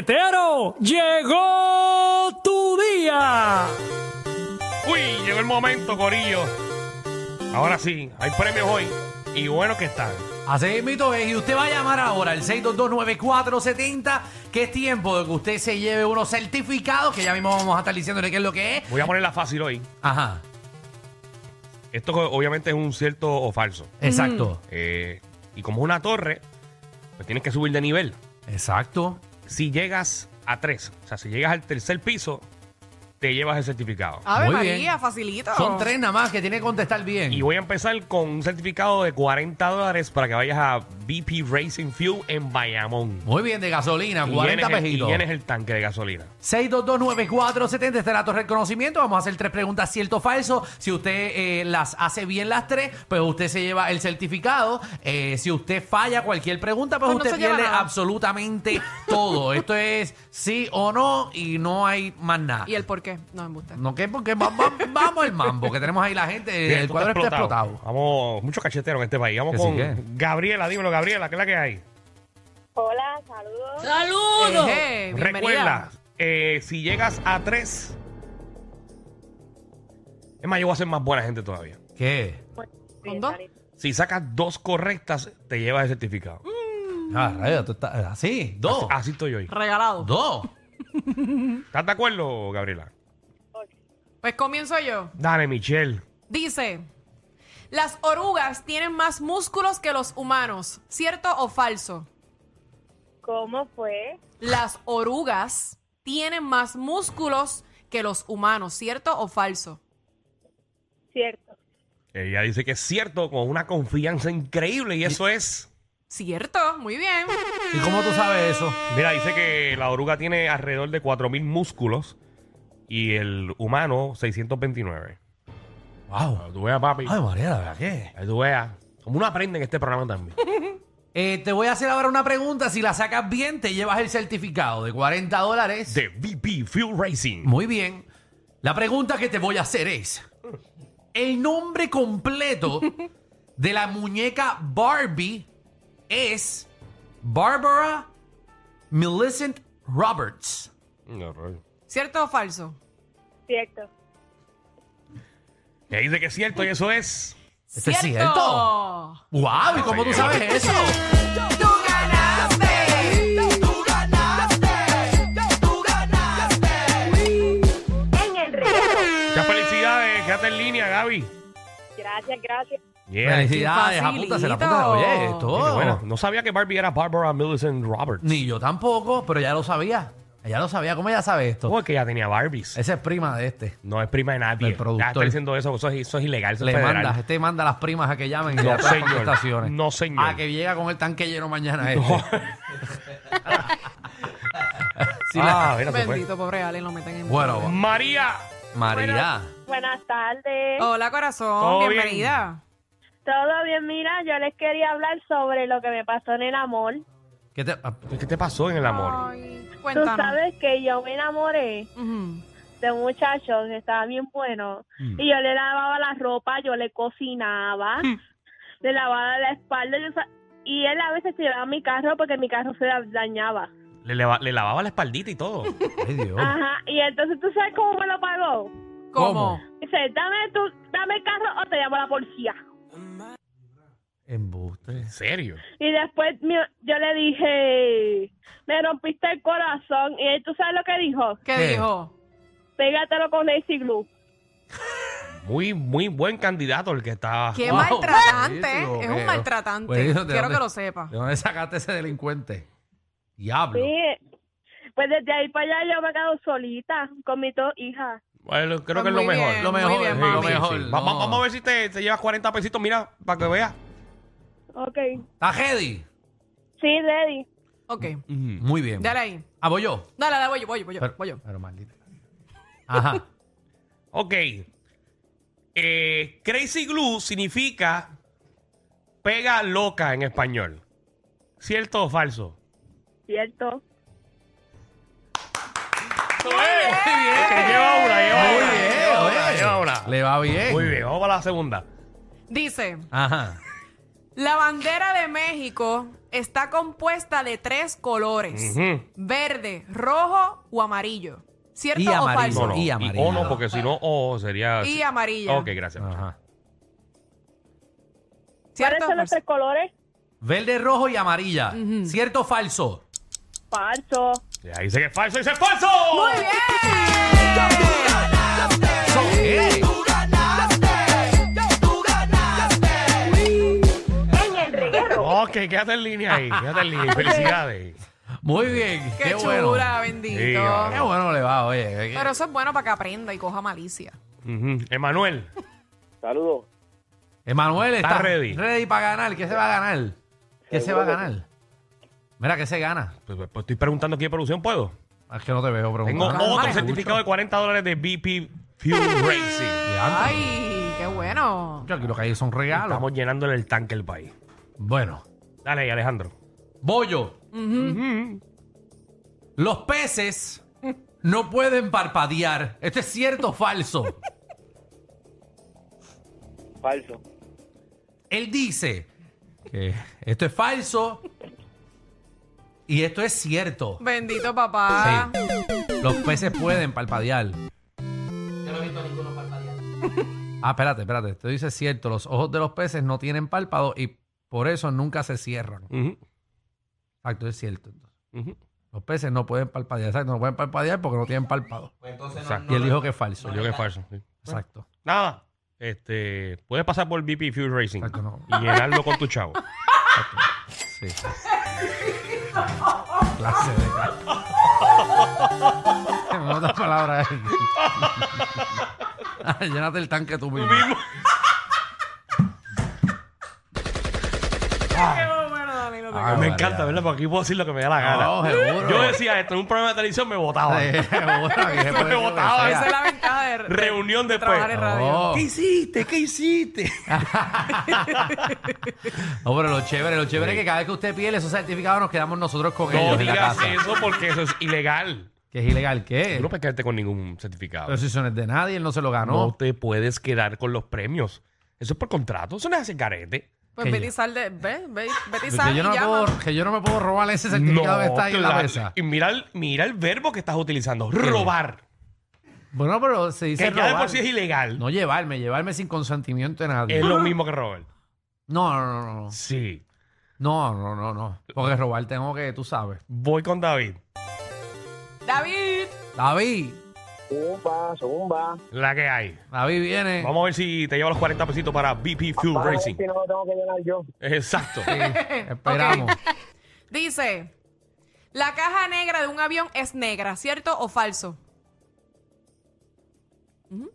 Cachetero, llegó tu día. Uy, llegó el momento, Corillo. Ahora sí, hay premios hoy. Y bueno que están. Así mito es, y usted va a llamar ahora al 6229470, que es tiempo de que usted se lleve unos certificados, que ya mismo vamos a estar diciéndole qué es lo que es. Voy a ponerla fácil hoy. Ajá, Esto co- obviamente es un cierto o falso. exacto, Eh, y como es una torre, pues tienes que subir de nivel. exacto. Si llegas a tres, o sea, si llegas al tercer piso, te llevas el certificado. Ave Muy María, bien. facilito. Son tres nada más que tiene que contestar bien. Oh. Y voy a empezar con un certificado de 40 dólares para que vayas a BP Racing Fuel en Bayamón. Muy bien, de gasolina, Y 40 llenes el- pejitos. Y llenes el tanque de gasolina. 6229470 está la torre del conocimiento. Vamos a hacer tres preguntas cierto o falso. Si usted eh, las hace bien las tres, pues usted se lleva el certificado. Eh, si usted falla cualquier pregunta, pues, Pues no usted se lleva pierde nada. absolutamente todo. Esto es sí o no y no hay más nada. ¿Y el por qué? No, me gusta. No, que porque va- va- vamos al mambo, que tenemos ahí la gente. Bien, el tú cuadro estás está explotado. Vamos, mucho cachetero en este país. Vamos Que sí, con que. Gabriela, dímelo, Gabriela, ¿qué es la que hay? Hola, saludos. ¡Saludos! Ejé, eh, bienvenida. Recuerda, eh, si llegas a tres. Es más, yo voy a ser más buena gente todavía. ¿Qué? ¿Con dos? Si sacas dos correctas, te llevas el certificado. Ah, rayos, tú estás así. Dos. Así, así estoy hoy. Regalado. Dos. ¿Estás de acuerdo, Gabriela? Pues comienzo yo. Dale, Michelle. Dice, las orugas tienen más músculos que los humanos, ¿cierto o falso? ¿Cómo fue? Las orugas tienen más músculos que los humanos, ¿cierto o falso? Cierto. Ella dice que es cierto, con una confianza increíble, y eso es. Cierto, muy bien. ¿Y cómo tú sabes eso? Mira, dice que la oruga tiene alrededor de 4.000 músculos y el humano 629. Wow. Para que Tú veas, papi. Ay, María, la verdad que. Para que Tú veas. Como uno aprende en este programa también. Eh, te voy a hacer ahora una pregunta. Si la sacas bien, te llevas el certificado de 40 dólares. De VP Fuel Racing. Muy bien. La pregunta que te voy a hacer es: El nombre completo de la muñeca Barbie es Barbara Millicent Roberts. No, no. ¿Cierto o falso? Cierto. Ella dice que es cierto y eso es. ¿Esto ¿Este es cierto? ¡Wow! ¿Y cómo tú sabes eso? ¡Tú ganaste! En el río. Muchas felicidades. Quédate en línea, Gaby. Gracias, gracias. Yeah. Felicidades, Qué apúntase, facilito. apúntase. Oye, Mira, esto. Bueno, no sabía que Barbie era Barbara Millicent Roberts. Oh. Ni yo tampoco, pero ya lo sabía. Ella lo sabía. ¿Cómo ella sabe esto? ¿Cómo es que ella tenía Barbies? Esa es prima de este. No es prima de nadie. El productor. Ya está diciendo eso. Eso es, eso es ilegal. Eso es Le federal. mandas, este manda a las primas a que llamen y No, a todas las señor. contestaciones. No, señor. A que llega con el tanque lleno mañana este. Sí, la- Ah, mira, se fue. Bendito, pobre Ale, lo meten en... Bueno, María. María. Buenas- buenas tardes. Hola, corazón, Todo bien. bienvenida. Todo bien, mira, yo les quería hablar sobre lo que me pasó en el amor. ¿Qué te- ah, ¿Qué te pasó en el amor? Ay, Tú cuéntanos. sabes que yo me enamoré Ujú. de un muchacho que estaba bien bueno. Mm. Y yo le lavaba la ropa, yo le cocinaba, le lavaba la espalda. yo sa- y él a veces se llevaba mi carro porque mi carro se da- dañaba. Le, lava- le lavaba la espaldita y todo. ay, Dios. Ajá. Y entonces, ¿tú sabes cómo me lo pagó? ¿Cómo? Dice, dame, tú, dame el carro o te llamo a la policía. Embuste. ¿En serio? Y después mi- yo le dije, me rompiste el corazón. Y él, ¿tú sabes lo que dijo? ¿Qué, ¿Qué? dijo? Pégatelo con Lazy Glue. Muy, muy buen candidato el que estaba. Qué Wow. maltratante. Buenísimo, es pero- un maltratante. Pues, ¿de Quiero dónde- que lo sepa. ¿De dónde sacaste ese delincuente? Diablo. Sí. Pues desde ahí para allá yo me quedo solita con mis dos hijas. Bueno, creo Pues que es lo muy mejor. bien, Lo muy mejor, bien, sí, mami. lo mejor. Sí. Va- va- no. vamos a ver si te, te llevas 40 pesitos, mira, para que veas. Ok. ¿Está ready? Sí, Lady. Ok, Muy bien. dale ahí. Ah, voy yo. Dale, dale, voy yo, voy yo, voy yo. Pero- voy yo. pero maldita. Ajá. Ok. Eh, crazy glue significa pega loca en español. ¿Cierto o falso? Cierto. Que lleva una, lleva Muy una, bien, lleva una, oye. lleva una. Le va bien. Muy bien, vamos para la segunda. Dice, Ajá. La bandera de México está compuesta de tres colores: Ujú. verde, rojo o amarillo. ¿Cierto Y o amarillo. No, falso? no. Y Y amarillo. o no, porque si no, o sería. Y amarillo. Ok, gracias. Ajá. ¿Cuáles ¿Cierto pues. o son los falso? tres colores? Verde, rojo y amarilla. ¿Cierto o falso? Falso. Ya dice que es falso, dice falso. ¡Muy bien! Eso es. En el reguero. Ok, quédate en línea ahí, quédate en línea. Felicidades. Muy bien. ¡Qué, Qué, chula, bueno. bendito! Sí, cabrón. Qué bueno le va, oye. Pero eso es bueno para que aprenda y coja malicia. Ujú. Emanuel, Saludos. Emanuel está, ¿Está ready? para ganar. ¿Qué se va a ganar? ¿Qué se va a ganar? Mira, ¿qué se gana? pues, pues, estoy preguntando aquí de producción, ¿puedo? Es que no te veo Tengo preguntando. otro Vale. certificado de 40 dólares de BP Fuel Racing. ¡Ay, qué bueno! Yo aquí lo que hay son regalos. Estamos llenándole el tanque al país. Bueno. Dale ahí, Alejandro. Bollo. Los peces no pueden parpadear. ¿Esto es cierto o falso? Falso. Él dice que esto es falso y esto es cierto. Bendito papá. Sí. Los peces pueden parpadear. Yo no he visto ninguno parpadear. Ah, espérate, espérate. Esto dice cierto. Los ojos de los peces no tienen párpado y por eso nunca se cierran. Ujú, Exacto, es cierto. entonces. ujú. Los peces no pueden parpadear. Exacto, no pueden parpadear porque no tienen párpado. Exacto. Y él dijo que es falso. Yo creo que es falso. sí. Exacto. Nada. Este, puedes pasar por BP Fuel Racing Exacto, no. Ah, y llenarlo con tu chavo. Sí. Clase de. En otras palabras. eh. Llénate el tanque tú mismo. ¡Qué bueno, Danilo! Ah, me María. encanta, ¿verdad? Porque aquí puedo decir lo que me da la gana. No, seguro. Yo decía esto en un programa de televisión, me votaba. Sí, seguro, que se Me puede botaba, que Esa es sea. la ventaja de, de- Ah, Reunión de después. trabajar en radio. No. hiciste? ¿Qué hiciste? No, pero lo chévere, lo chévere es que cada vez que usted pide esos certificados nos quedamos nosotros con No ellos en la digas casa. eso pues, porque eso es ilegal. Que es ilegal, ¿qué? Tú no puedes quedarte con ningún certificado. Pero si son de nadie, él no se lo no. ganó. te puedes quedar con los premios. Eso es por contrato. Eso no es hacer carete. Pues que vete yo- y sal de... Ve, ve, vete y Que sal yo, y no me llama. puedo, que yo no me puedo robar ese certificado que está ahí en la claro. mesa. Y mira el, mira el verbo que estás utilizando. Robar. Bueno, pero se dice Que ya de robar. por sí es ilegal. No llevarme, llevarme sin consentimiento de nadie. Es lo mismo que robar. No, no, no, no. Sí. No, no, no, no. Porque robar tengo que, tú sabes. Voy con David. David, David, Zumba, zumba. La que hay. David viene. Vamos a ver si te lleva los 40 pesitos para BP Fuel Vamos a ver Racing. si no lo tengo que llenar yo. Exacto. Esperamos. dice... La caja negra de un avión es negra, ¿cierto o falso? Bueno,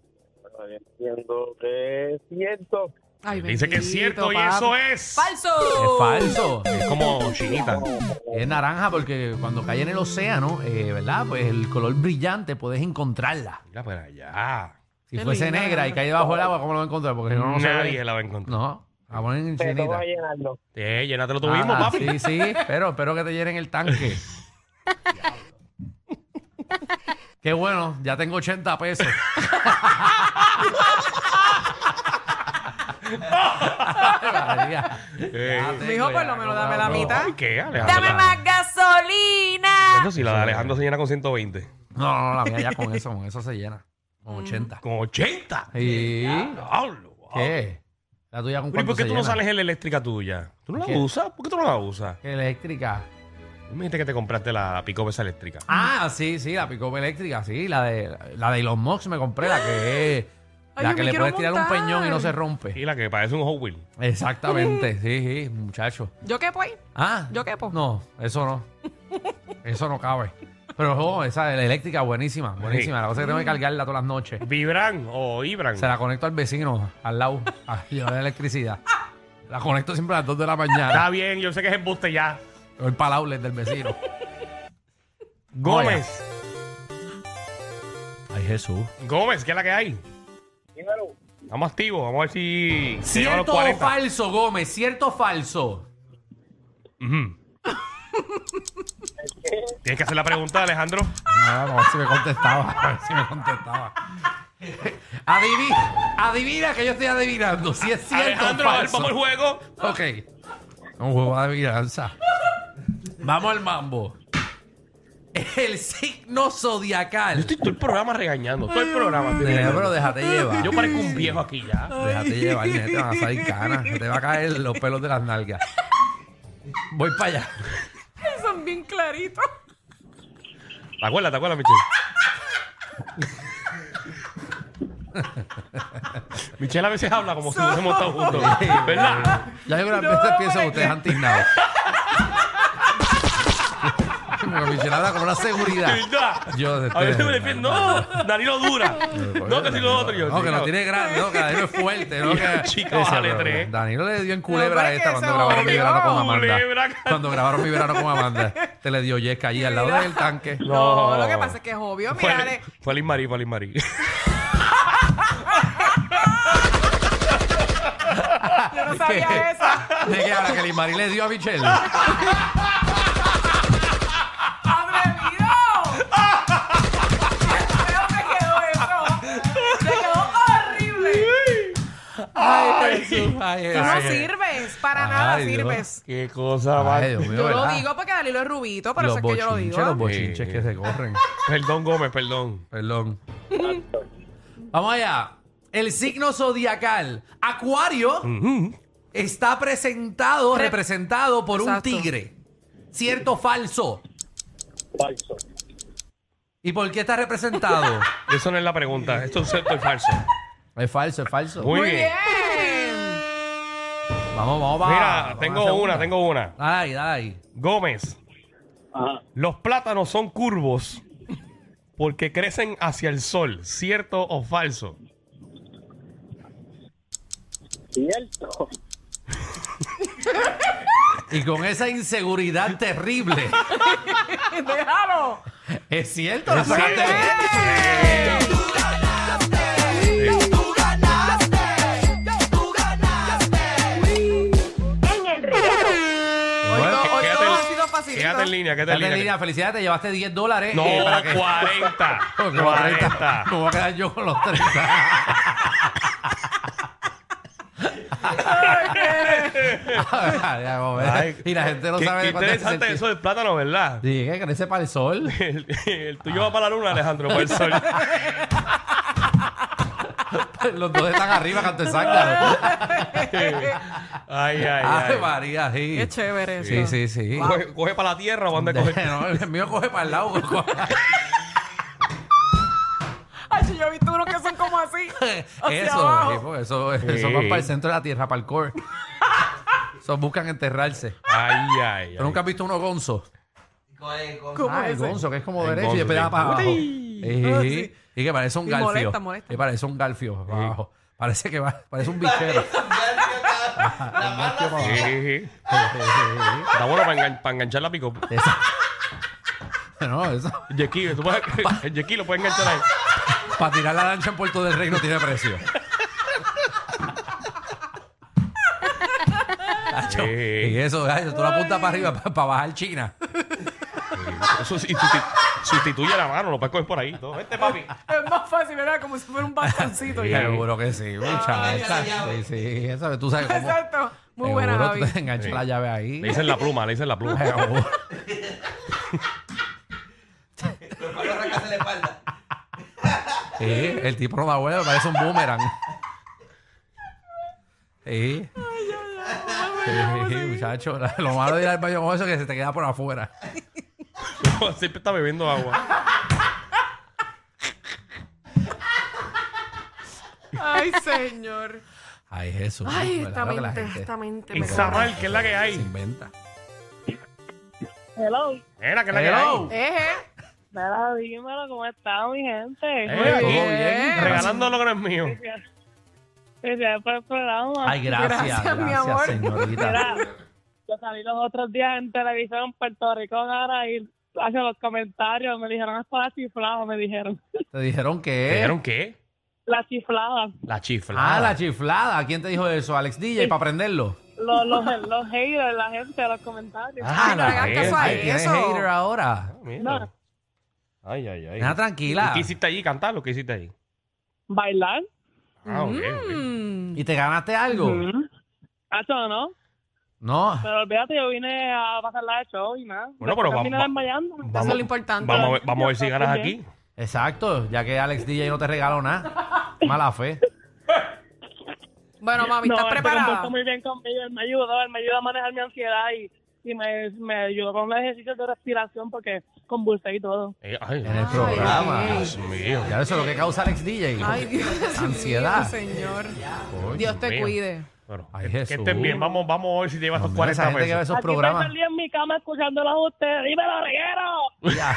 Entiendo que es cierto. Ay, Dice que es cierto y papi. eso es. ¡Falso! Es falso. Es como chinita. Es naranja porque cuando cae en el océano, eh, ¿verdad? Pues el color brillante puedes encontrarla. Mira para allá. Si Qué fuese linda. negra y cae debajo del agua, ¿cómo lo va a encontrar? Porque si no, no se Nadie ve. la va a encontrar. No, la ponen en Te chinita. toca llenarlo. Eh, llénatelo tú Ah, mismo, papi. Sí, sí, pero espero que te llenen el tanque. Qué bueno, ya tengo 80 pesos. María, Eh, ya tengo, Mijo, ya pues, lo menos dame la no. mitad. ay, ¿Qué, Alejandro? ¡Dame más gasolina! Eso sí, la de Alejandro se llena con 120. No, no, la mía ya con eso, con eso se llena. Mm. Con 80. ¿Con 80? Sí. Diablo, wow. ¿Qué? La tuya con Pero, ¿y cuánto por qué se tú no llena? sales en la eléctrica tuya? ¿Tú no la ¿Qué? usas? ¿Por qué tú no la usas? Eléctrica. Me dijiste que te compraste la pico esa eléctrica. Ah, sí, sí, la pick-up eléctrica, sí, la de la de Elon Musk me compré, la que es- Ay, la yo que me le quiero puedes tirar un montar. peñón y no se rompe. Y la que parece un Hot Wheel. Exactamente, sí, sí, muchacho. ¿Yo qué, pues? Ah, ¿Yo qué, po? no, eso no. Eso no cabe. Pero ojo, esa la eléctrica buenísima, buenísima. La cosa es que tengo que cargarla todas las noches. ¿Vibran o Ibran? Se la conecto al vecino, al lado, a llevar electricidad. La conecto siempre a las 2 de la mañana. Está bien, yo sé que es embuste ya. Voy para el outlet del vecino. Gómez. Ay, Jesús. Gómez, ¿qué es la que hay? Dímelo. Vamos activos, vamos a ver si. se lleva los ¿Cierto o 40. falso, Gómez? ¿Cierto o falso? Ujú. Tienes que hacer la pregunta, Alejandro. Ah, a ver si me contestaba. A ver si me contestaba. Adivina, adivina que yo estoy adivinando. Si es cierto o Alejandro, a ver, falso. vamos al juego. Ok. Un juego de venganza. Vamos al mambo. El signo Yo zodiacal. estoy todo el programa regañando. Todo el programa. estoy Nene, regañando. pero déjate llevar. Yo parezco un viejo aquí ya. Déjate llevar, nene, te van a salir canas. se Te va a caer los pelos de las nalgas. Voy para allá. Son bien claritos. ¿Te acuerdas, te acuerdas, Michelle? Michelle a veces habla como si hubiésemos estado juntos. ¿Verdad? Ya algunas No, veces pienso que porque- ustedes han tiznado. Porque Michelle habla con una seguridad. ¿Verdad? Yo este, a veces me estoy- defiendo. No, Danilo dura. No, que si lo otro. Yo, No, que chico, no tiene grande, no, que Danilo es fuerte. No, que... Chica, bájale Pero, tres. Danilo le dio en culebra No, a esta porque cuando se grabaron mi volvió. verano con Amanda. Culebra. Cuando grabaron mi verano con Amanda, te le dio yesca allí al lado del tanque. No. No. Pues, lo que pasa es que es obvio. Fue, Mira, le- fue Liz Marí, fue Liz Marí. yo no sabía eso. ¿De qué habla? Que Limari le dio a Michelle. ¡Atrevido! Creo que Este quedó eso. Te quedó horrible. Ay, Jesús, ay, Tú no Jesús. sirves. Para nada Ay, Dios. sirves. Qué cosa más. Ay, Dios mío, Yo lo ¿verdad? digo porque Dalilo es rubito, por eso Los es que yo lo digo. bochinches, los bochinches que se corren. Perdón, Gómez, perdón. Perdón. Vamos allá. El signo zodiacal Acuario está presentado, Re- representado por un Exacto. tigre. ¿Cierto o falso? Falso. ¿Y por qué está representado? Eso no es la pregunta. Esto es cierto y falso. es falso, es falso. Muy, Muy bien. bien. Vamos, vamos, vamos. Mira, tengo una, tengo una. Ay, ay. Gómez, Ajá. los plátanos son curvos porque crecen hacia el sol. ¿Cierto o falso? Cierto. Y con esa inseguridad terrible. Déjalo. ¿Es cierto? ¿La Es cierto. sacaste? Eh, Bueno, Hoy pues, no, que- hoy quédate todo en- ha sido facilito. Quédate en línea, quédate en Date línea. línea, felicidades, te llevaste 10 dólares. No, eh, para que- 40. Porque los 30, 40. ¿Cómo voy a quedar yo con los 30? Ya, como ves. Ay, y la gente no qué- sabe qué de cuánto es interesante eso del plátano, ¿verdad? Dije que crece para el sol. El, el tuyo va para la luna, Alejandro, para el sol. Los dos están arriba, canto de sangre. Ay, ay, Ay, ay. María, sí. Qué chévere eso. Sí, sí, sí. Coge, coge para la tierra, ¿o dónde coge? No, el mío coge para el lado. Ay, yo he visto unos que son como así. Hacia eso, abajo. tipo, eso, eso va Sí. para el centro de la tierra, para el core. Eso buscan enterrarse. Ay, ay, ¿Tú ay. nunca has visto uno gonzo? ¿Cómo ah, el es? ese? gonzo, que es como El derecho gonzo, y después sí. da para abajo. Uy. Sí, sí, Ah, sí. sí. Y que parece un Y galfio. molesta, molesta. Y parece un galfio para abajo. Parece que va, parece un bichero. Sí, sí, sí. Está bueno para, engan- para enganchar la pico. Esa- No, eso. Yequi, tú puedes, el yequi lo puedes enganchar ahí. Para tirar la lancha en Puerto del Rey no tiene precio. Sí. Tacho, Y eso, gallo, tú la apuntas para arriba para, bajar China. Eso sí, susti- sustituye la mano, lo puedes coger por ahí. Todo. Este Vente, papi. Es más fácil, ¿verdad? Como si fuera un bastoncito. Sí. ya. Seguro que sí, muchacha. Sí, sí, esa, tú sabes cómo. Exacto. Muy buena, Seguro Javi. tú te enganchas Sí. la llave ahí. Le dicen la pluma, le dicen la pluma. Seguro. Sí, el tipo no da huevo, parece un boomerang. Sí. Sí, muchacho, la- lo malo de ir al baño con eso es que se te queda por afuera. Siempre está bebiendo agua. Ay, señor. Ay, Jesús. Ay, ¿verdad? esta Lo que la mente, gente esta mente. Y me Samuel, que es la que se hay. inventa. Hello. Era que es la que Hello. hay. Eje. Nada, dímelo, ¿cómo está mi gente? Eh, Muy todo bien. bien. Regalando lo que no es mío. Felicidades por el programa. Ay, gracias, gracias, Gracias, mi amor. señorita. Mira, yo salí los otros días en televisión en Puerto Rico ahora y hacia los comentarios me dijeron es para chiflados, me dijeron. Te dijeron que. ¿Te dijeron qué? Las chifladas, La chifla. Ah, la chiflada. ¿Quién te dijo eso? ¿Alex DJ para aprenderlo? los, los, los haters, la gente, los Ah. comentarios. Ay, no le hagan gente. caso a Ay, él. tienes eso. hater ahora. Mira. Ay, ay, ay. Nada, ¿Y tranquila. qué hiciste allí? ¿Cantar lo que hiciste allí? Bailar, Ah, ok, ok. Mm. ¿Y te ganaste algo? ¿hacho no? No. Pero olvídate, yo vine a pasarla de show y nada. Bueno, pero Después va- terminé va- desmayándome. es lo importante. Vamos a ver, vamos a ver si ganas aquí. Exacto, ya que Alex DJ no te regaló nada. Mala fe. Bueno, mami, No, ¿estás él se preparada? comportó muy bien conmigo, él me ayudó, él me ayudó a manejar mi ansiedad y, y me, me ayudó con los ejercicios de respiración porque convulsé y todo. Eh, ay, En el programa. Dios mío. Ya eso es lo que causa Alex DJ. Ay, Dios Ansiedad. mío, señor. Coño. Dios te mío. cuide. Bueno, Ay, que- que, Jesús. estén bien. Vamos, vamos a ver si te llevas Dios esos mío, esa 40 gente que ve pesos. esos Aquí me programas. perdí en mi cama escuchándolas a ustedes. ¡Dímelo, reguero! Ya.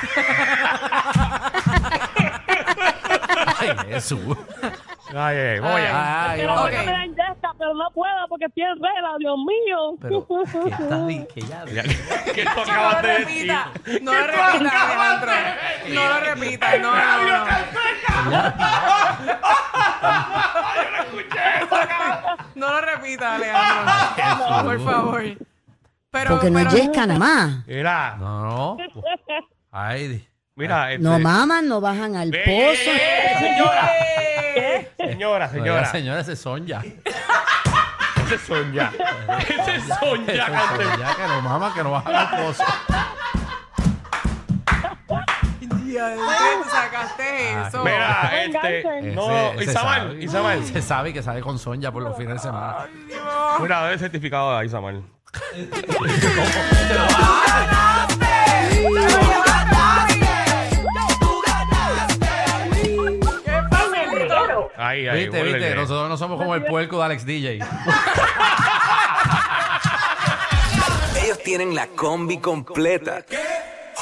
Ay, Jesús. Ay, ay, vamos allá. Ay, Pero vamos que ok. me dan gesta, pero no puedo porque estoy en regla, Dios mío. Pero, ¿qué estás di- que ya- Ya, ¿Qué tú No acabas lo de repita, decir? no lo repita, Alejandro. No lo repita, no, no, no. No lo repita, Alejandro. Por favor. Pero, Porque no pero- yesca nada más. Mira, No, no. Ay, di- mira. este- No maman, no bajan al Ve- pozo. ¡Eh, señora! ¡Eh! Señora, señora. señora. Señora, se son ya. Ese son ya. Ese son Se ya, son Cante. ya, que no maman, que no bajan al pozo. Ya, ¿de dónde tú sacaste eso? Mira, este. enganchen. No, Ese- ese Isamal, sabe. Isamal. Se sabe que sale con Sonja por los fines de semana. Mira, debe el certificado de Isamal. Ahí, ahí. Viste, vuelve. viste, nosotros no somos como el puerco de Alex DJ. Ellos tienen la combi completa.